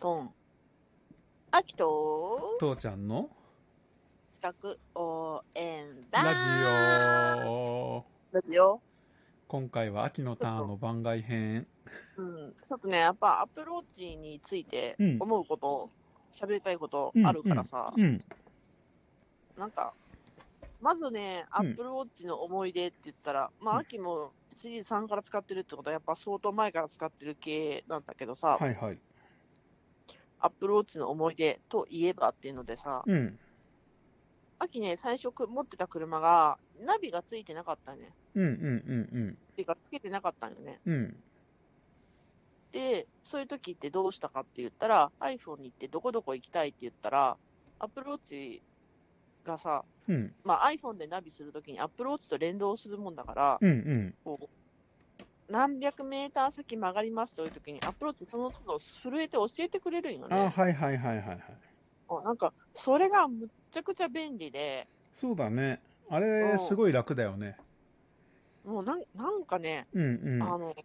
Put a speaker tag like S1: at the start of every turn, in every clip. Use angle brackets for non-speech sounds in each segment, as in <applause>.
S1: トン。アキト
S2: 父ちゃんの
S1: 資格応援団。
S2: ラジオ
S1: ラジオ。
S2: 今回は秋のターンの番外編
S1: うん。ちょっとね、やっぱアプローチについて
S2: うん
S1: 思うこと、喋、りたいこと
S2: うん
S1: あるからさ、
S2: ん
S1: なんか、まずね、ア
S2: うん
S1: ップルウォッチの思い出って言ったら、まあ、
S2: うん
S1: 秋もシリーズ3から使ってるってことは、やっぱ相当前から使ってる系なんだけどさ、
S2: はいはい
S1: アップルウォッチの思い出といえばっていうのでさ、
S2: うん
S1: 秋ね、最初く持ってた車が、ナビがついてなかったね。
S2: うんうん
S1: ていうか、つけてなかったんよね。
S2: うんうん
S1: で、そういう時ってどうしたかって言ったら、iPhone に行ってどこどこ行きたいって言ったら、アップルウォッチがさ、
S2: うんうん
S1: まあ、iPhone でナビするときにアップルウォッチと連動するもんだから、
S2: うんうん
S1: こう、何百メーター先曲がりますというときに、アップローチその都度震えて教えてくれるんよ
S2: あ
S1: ね。
S2: はいはいはいはいはい
S1: なんか、それがむっちゃくちゃ便利で、
S2: そうだねあ
S1: う
S2: れ
S1: ん
S2: すごい楽だよね
S1: もうなんなんかね、
S2: うんうん
S1: あの、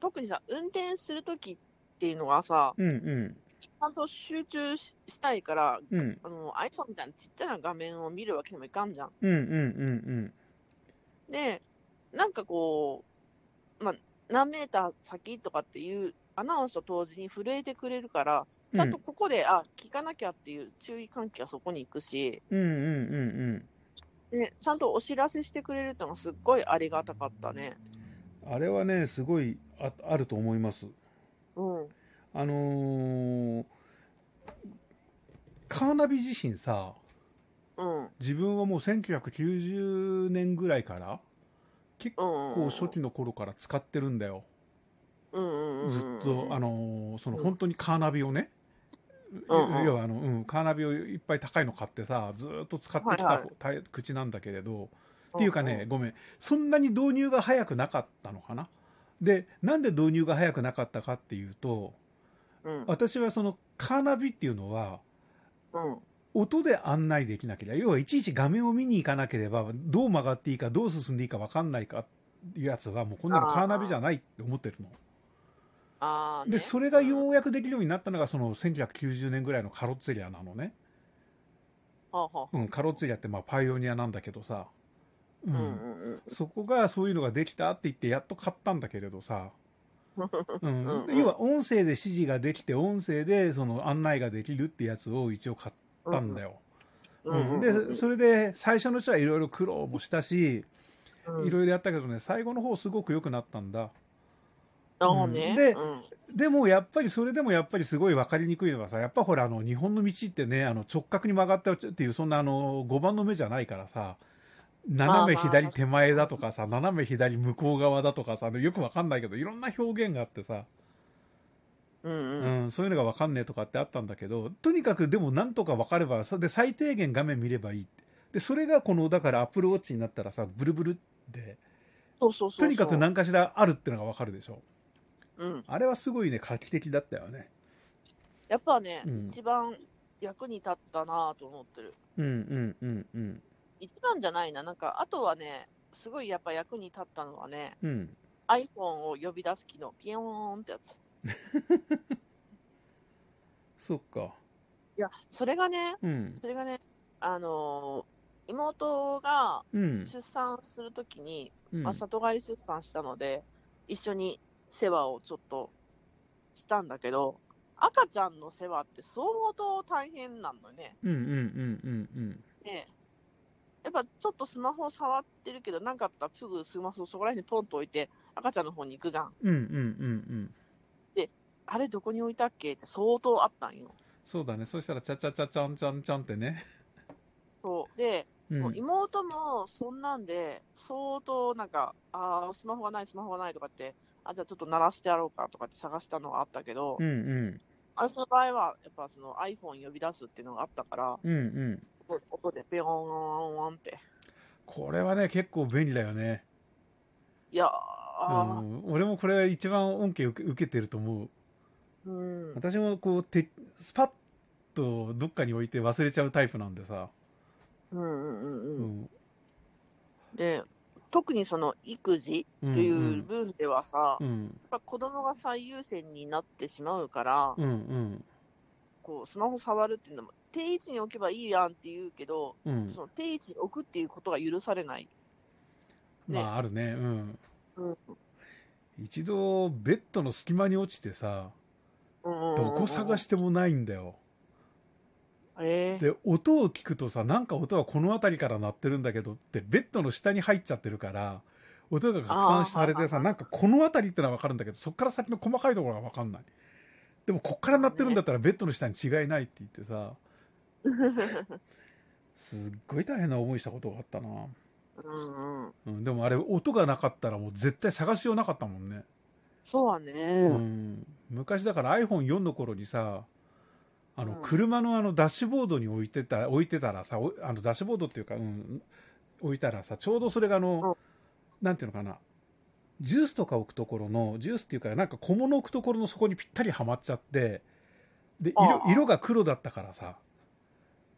S1: 特にさ、運転するときっていうのはさ、
S2: うんうん
S1: ちゃんと集中ししたいから、
S2: うん
S1: あの iPhone みたいなちっちゃな画面を見るわけにもいかんじゃん。
S2: うんうんうん
S1: で、なんかこう、まあ、何メーター先とかっていうアナウンスと同時に震えてくれるから、
S2: うん
S1: ちゃんとここで、あ、聞かなきゃっていう注意喚起がそこに行くし、
S2: うんうんうんうん
S1: ね、ちゃんとお知らせしてくれるってのがすっごいありがたかったね。
S2: あれはねすごいああると思います
S1: うん。
S2: あのーカーナビ自身さ
S1: うん。
S2: 自分はもう1990年ぐらいから結
S1: うん。
S2: 構初期の頃から使ってるんだよ、
S1: うんうんうんうん。
S2: ずっと、あのーその
S1: うん
S2: 本当にカーナビをね、
S1: うんうん
S2: 要はあの、うん、カーナビをいっぱい高いの買ってさずーっと使ってきた、
S1: はい
S2: た口なんだけれど
S1: うん、
S2: っていうかね、ごめんそんなに導入が早くなかったのかなでなんで導入が早くなかったかっていうと
S1: うん。
S2: 私はそのカーナビっていうのは
S1: うん。
S2: 音で案内できなければ、要はいちいち画面を見に行かなければ、どう曲がっていいか、どう進んでいいか分かんないかっていうやつは、もうこんなのカーナビじゃないって思ってるの。
S1: ああ、ね。
S2: で、それがようやくできるようになったのが、その1990年ぐらいのカロッツェリアなのね。
S1: はあはあ
S2: うん、カロッツェリアってまあパイオニアなんだけどさ。う。
S1: うんんうん
S2: そこがそういうのができたって言って、やっと買ったんだけれ
S1: <laughs>
S2: どさ。うん
S1: うんうん
S2: 要は音声で指示ができて、音声でその案内ができるってやつを一応買ったんだよ。
S1: うん。うんうんうん
S2: で、それで最初のうちはいろいろ苦労もしたし、
S1: うん
S2: いろいろやったけどね、最後の方すごく良くなったんだ。
S1: ああね。
S2: で
S1: うん
S2: でもやっぱり、それでもやっぱりすごい分かりにくいのはさ、やっぱほら、あの、日本の道ってね、あの、直角に曲がったっていう、そんなあの、5番の目じゃないからさ、斜め
S1: まあまあ
S2: 左手前だとかさ、斜め左向こう側だとかさ、あのよく分かんないけど、いろんな表現があってさ、
S1: うんうん。
S2: うん、そういうのが分かんねえとかってあったんだけど、とにかくでもなんとか分かれば、さで、最低限画面見ればいいって。で、それがこの、だからアップルウォッチになったらさ、ブルブルって、
S1: そうそうそうそう。
S2: とにかく何かしらあるってのが分かるでしょ。
S1: うん。
S2: あれはすごいね、画期的だったよね。
S1: やっぱね、
S2: うん
S1: 一番役に立ったなぁと思ってる。
S2: うんうんうんうん
S1: 一番じゃないな、なんか、あとはね、すごいやっぱ役に立ったのはね、
S2: うん
S1: iPhone を呼び出す機能、ピヨーンってやつ。い
S2: そっか
S1: や、それがね、
S2: うん
S1: それがね、あのー妹が
S2: うん
S1: 出産するときに、
S2: うん
S1: まあ、里帰り出産したので、一緒に世話をちょっとしたんだけど、赤ちゃんの世話って相当大変なのね。
S2: うんうんうんうん
S1: で、やっぱちょっとスマホ触ってるけど、なんかあったらすぐスマホそこら辺にポンと置いて、赤ちゃんの方に行くじゃん。
S2: うんうんうんうんうん
S1: あれどこに置いたっけって相当あったんよ。
S2: そうだねそしたらチャチャチャチャンチャンチャンってね
S1: そうで、
S2: うん
S1: もう妹もそんなんで、相当なんか、ああ、スマホがない、スマホがないとかって、あじゃあちょっと鳴らしてやろうかとかって探したのはあったけど、
S2: うんうん
S1: あその場合は、やっぱその iPhone 呼び出すっていうのがあったから、
S2: うんうん
S1: 音でペヨーンワンって。
S2: これはね結構便利だよね
S1: いやー、
S2: うん俺もこれ一番恩恵受け受けてると思う
S1: うん、
S2: 私もこうてスパッとどっかに置いて忘れちゃうタイプなんでさ
S1: うん、うん、うん、
S2: う
S1: うん。
S2: ん
S1: で、特にその育児
S2: うん
S1: という分ではさ、
S2: うん
S1: やっぱ子供が最優先になってしまうから、
S2: うんうん
S1: こうスマホ触るっていうのも、定位置に置けばいいやんって言うけど、
S2: うん
S1: その定位置に置くっていうことが許されない。ね
S2: まああるねうん
S1: うん
S2: 一度ベッドの隙間に落ちてさど
S1: ど
S2: こ探してもないんだよ
S1: えー
S2: で音を聞くとさなんか音はこの辺りから鳴ってるんだけどってベッドの下に入っちゃってるから音が拡散されて
S1: あ
S2: さ
S1: ー
S2: なんかこの辺りってのは分かるんだけどそっから先の細かいところが分かんないでもこっから鳴ってるんだったらベッドの下に違いないって言ってさすっごい大変な思いしたことがあったな、
S1: うんうん、
S2: うん、でもあれ音がなかったらもう絶対探しようなかったもんね
S1: そうは
S2: う
S1: ね、
S2: ん、昔だから iPhone4 の頃にさあの
S1: うん
S2: 車のあのダッシュボードに置いてた置いてたらさおあのダッシュボードっていうか、うん、置いたらさちょうどそれがあの、なんていうのかなジュースとか置くところのジュースっていうかなんか小物置くところのそこにぴったりはまっちゃってで
S1: あ
S2: 色
S1: あ
S2: 色が黒だったからさ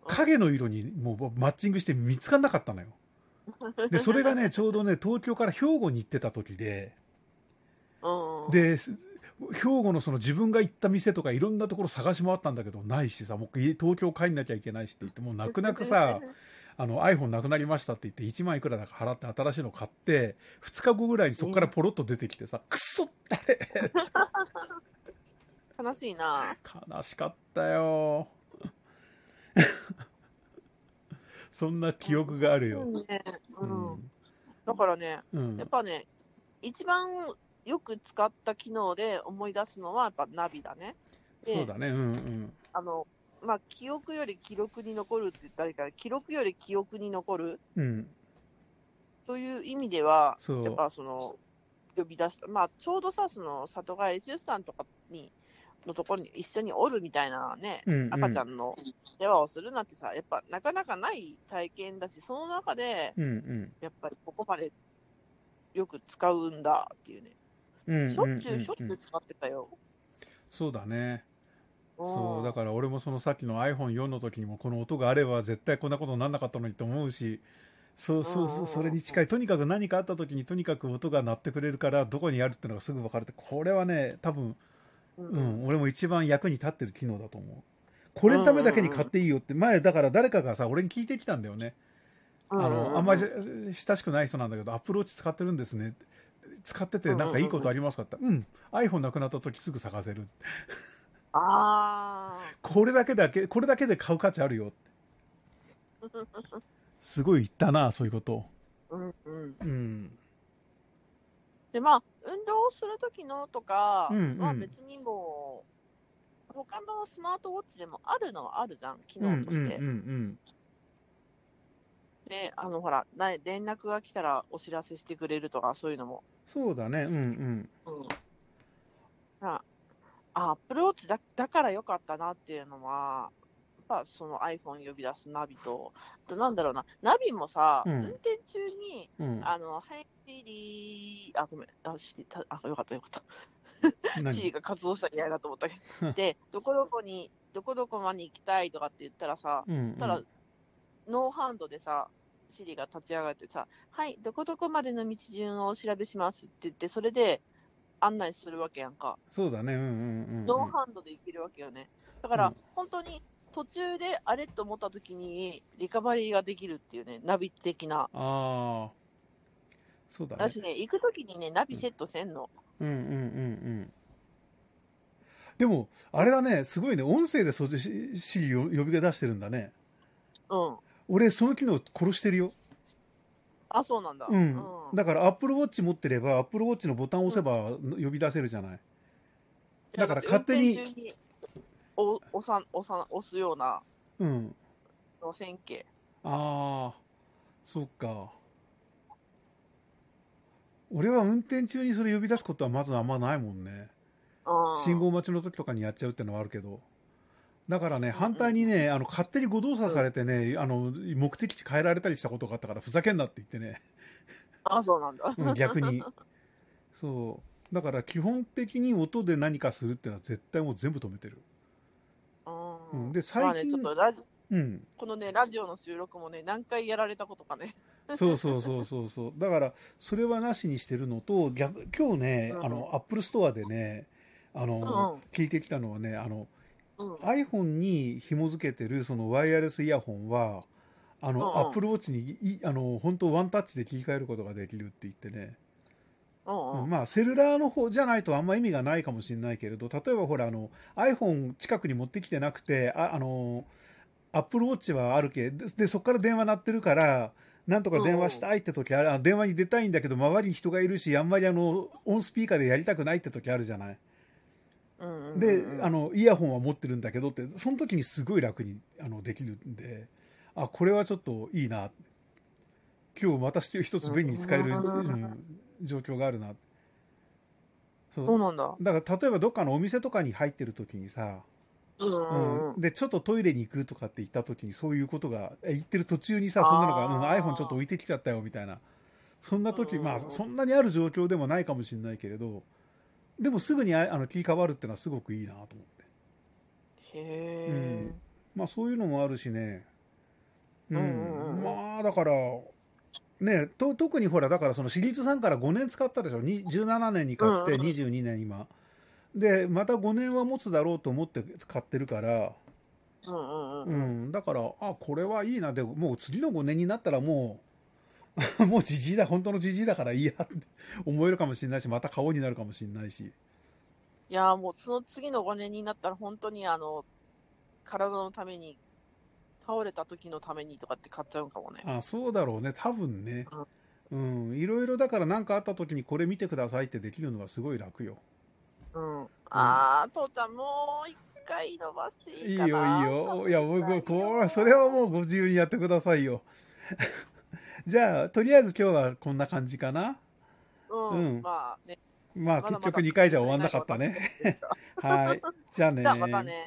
S2: 影の色にもうマッチングして見つかんなかったのよでそれがねちょうどね東京から兵庫に行ってた時で
S1: うんうん、
S2: です兵庫のその自分が行った店とかいろんなところ探し回ったんだけどないしさもう家東京帰んなきゃいけないしって言ってもう泣く泣くさあの iPhone なくなりましたって言って1万いくらだか払って新しいの買って2日後ぐらいにそこからポロッと出てきてさくっそあれ
S1: 悲しいな。
S2: 悲しかったよ <laughs> そんな記憶がある
S1: う
S2: よ、
S1: んねう
S2: うんん
S1: だからね、
S2: うん
S1: やっぱね、一番よく使った機能で思い出すのは、やっぱナビだね。で
S2: そうだねうんうん
S1: あのまあ、記憶より記録に残るって言ったらいいから、記録より記憶に残る
S2: うん
S1: という意味では、
S2: そう
S1: やっぱその呼び出した、まあ、ちょうどさ、その里帰り出産とかにのところに一緒におるみたいなね、
S2: うんうん
S1: 赤ちゃんの世話をするなんてさ、やっぱなかなかない体験だし、その中で、
S2: うんうん
S1: やっぱりここまでよく使うんだっていうね、
S2: うんうんうん
S1: しょっちゅうしょっち
S2: う
S1: ゅうん使ってたよ。
S2: そうだねそうだ
S1: ら
S2: から俺もそのさっきの iPhone4 の時にもこの音があれば絶対こんなことにならなかったのにと思うしそうそう
S1: うんうん
S2: そううんそれに近いとにかく何かあった時にとにかく音が鳴ってくれるからどこにあるっていうのがすぐ分かるってこれはね多分、
S1: う
S2: うんん、俺も一番役に立ってる機能だと思うこれのためだけに買っていいよって前だから誰かがさ俺に聞いてきたんだよねあのあんまり
S1: う
S2: 親しくない人なんだけどアップローチ使ってるんですね使っててなんかいいことありますかってうん iPhone なくなった時すぐ探せる
S1: あ
S2: これだけだけ、これだけで買う価値あるよって。すごい言ったな、そういうこと。
S1: ーうんうん、
S2: うん。
S1: でまあ運動をする時のとか
S2: うんうん
S1: は別にもう、他のスマートウォッチでもあるのはあるじゃん機
S2: うんうん
S1: 能として、
S2: うん
S1: であのほらな連絡が来たらお知らせしてくれるとかそういうのも、
S2: そうだね、うんうん。
S1: うん、あアップルウォッチだだから良かったなっていうのはやっぱその iPhone 呼び出すナビとあとなんだろうなナビもさ、
S2: うん
S1: 運転中に
S2: うん、
S1: あの、はい、シリー、あ、ごめん、あ、シリた、あ、よかった、よかっ
S2: 何
S1: た。シリが活動したら嫌だと思ったけ
S2: <laughs>
S1: ど。で、どこどこに、どこどこまで行きたいとかって言ったらさ、
S2: うんうん
S1: たら、ノーハンドでさ、シリが立ち上がってさ、はい、どこどこまでの道順をお調べしますって言って、それで案内するわけやんか。
S2: そうだね、うんうんうんうん。
S1: ノーハンドで行けるわけよね。だから、
S2: うん
S1: 本当に途中であれと思った時に、リカバリーができるっていうね、ナビ的な。
S2: ああ。そうだね。
S1: 私ね、行く時にね、ナビセットせんの。
S2: うんうんうんうん。でも、あれだね、すごいね、音声でそっち、しシリを呼び出してるんだね。
S1: うん。
S2: 俺、その機能殺してるよ。
S1: あ、そうなんだ。
S2: うん。
S1: うん
S2: だから、Apple Watch 持ってれば、Apple Watch のボタンを押せば呼び出せるじゃない。だから勝手に
S1: 運転中にお押さん押さん押すような
S2: うん。
S1: の線形。
S2: ああ、そっか。俺は運転中にそれ呼び出すことはまずあんまないもん
S1: うん
S2: ね。信号待ちの時とかにやっちゃうってのはあるけど。だからね、
S1: ん
S2: 反対にね、あの、勝手に誤動作されてね、あの、目的地変えられたりしたことがあったから、ふざけんなって言ってね、
S1: あ、そうなんだ。
S2: うん逆に。そう。だから基本的に音で何かするってのは絶対もう全部止めてる。
S1: う
S2: うんで最
S1: ま
S2: 近
S1: あね、ちょっとラジ
S2: うん。
S1: このねラジオの収録もね何回やられたことかね。
S2: そうそうそうそうそう。だから、それはなしにしてるのと、逆、今日ね、
S1: うん
S2: あの、アップルストアでね、あ
S1: う
S2: の、聞いてきたのはね、あの、
S1: うん。
S2: iPhone に紐付けてるそのワイヤレスイヤホンはあの、
S1: うんうん
S2: Apple Watch にいあの本当ワンタッチで切り替えることができるって言ってね、
S1: うんうん。
S2: まあセルラーの方じゃないとあんま意味がないかもしれないけれど例えばほらあの iPhone 近くに持ってきてなくてああの Apple Watch はあるけででそこから電話鳴ってるからなんとか電話したいって時あるあ電話に出たいんだけど周りに人がいるしあんまりあのオンスピーカーでやりたくないって時あるじゃない
S1: うんうんうん
S2: であのイヤホンは持ってるんだけどってその時にすごい楽にあのできるんであこれはちょっといいな今日また一つ便利に使える、
S1: うん
S2: うん状況があるなそう
S1: そうなんだ。
S2: だから例えばどっかのお店とかに入ってる時にさ、
S1: うんう
S2: うん
S1: うん。
S2: でちょっとトイレに行くとかって言った時にそういうことがえ行ってる途中にさそんなのが、
S1: あ
S2: う
S1: ー
S2: ん、iPhone ちょっと置いてきちゃったよみたいなそんな時、
S1: うん
S2: まあそんなにある状況でもないかもしれないけれどでもすぐにああの切り替わるってのはすごくいいなと思って
S1: へえ。
S2: まあそういうのもあるしねうん、
S1: うんうんうん
S2: まあだからねと特にほらだからそのシリーズ3から5年使ったでしょに17年に買って
S1: うんうん
S2: 22年今でまた5年は持つだろうと思って買ってるから
S1: うんうんう。
S2: うんんだからあこれはいいなでもう次の5年になったらもう <laughs> もうじじいだ本当のじじいだからいいやって思えるかもしれないしまた買おうになるかもしれないし
S1: いやーもうその次の5年になったら本当にあの、体のために、倒れた時のためにとかって買っちゃうんかもね。
S2: あそうだろうね多分ねうんいろいろだから何かあった時にこれ見てくださいってできるのはすごい楽よ
S1: うん。ああ、父ちゃんもう一回伸ばしてい
S2: い
S1: い
S2: い
S1: か
S2: よ
S1: な。
S2: いいよいや僕こうそれはもうご自由にやってくださいよ <laughs> じゃあとりあえず今日はこんな感じかな
S1: う
S2: うん
S1: ん。まあね。
S2: まあ
S1: まだまだ <laughs>
S2: 結局2回じゃ終わんなかったねはいじゃあね
S1: じゃあまたね。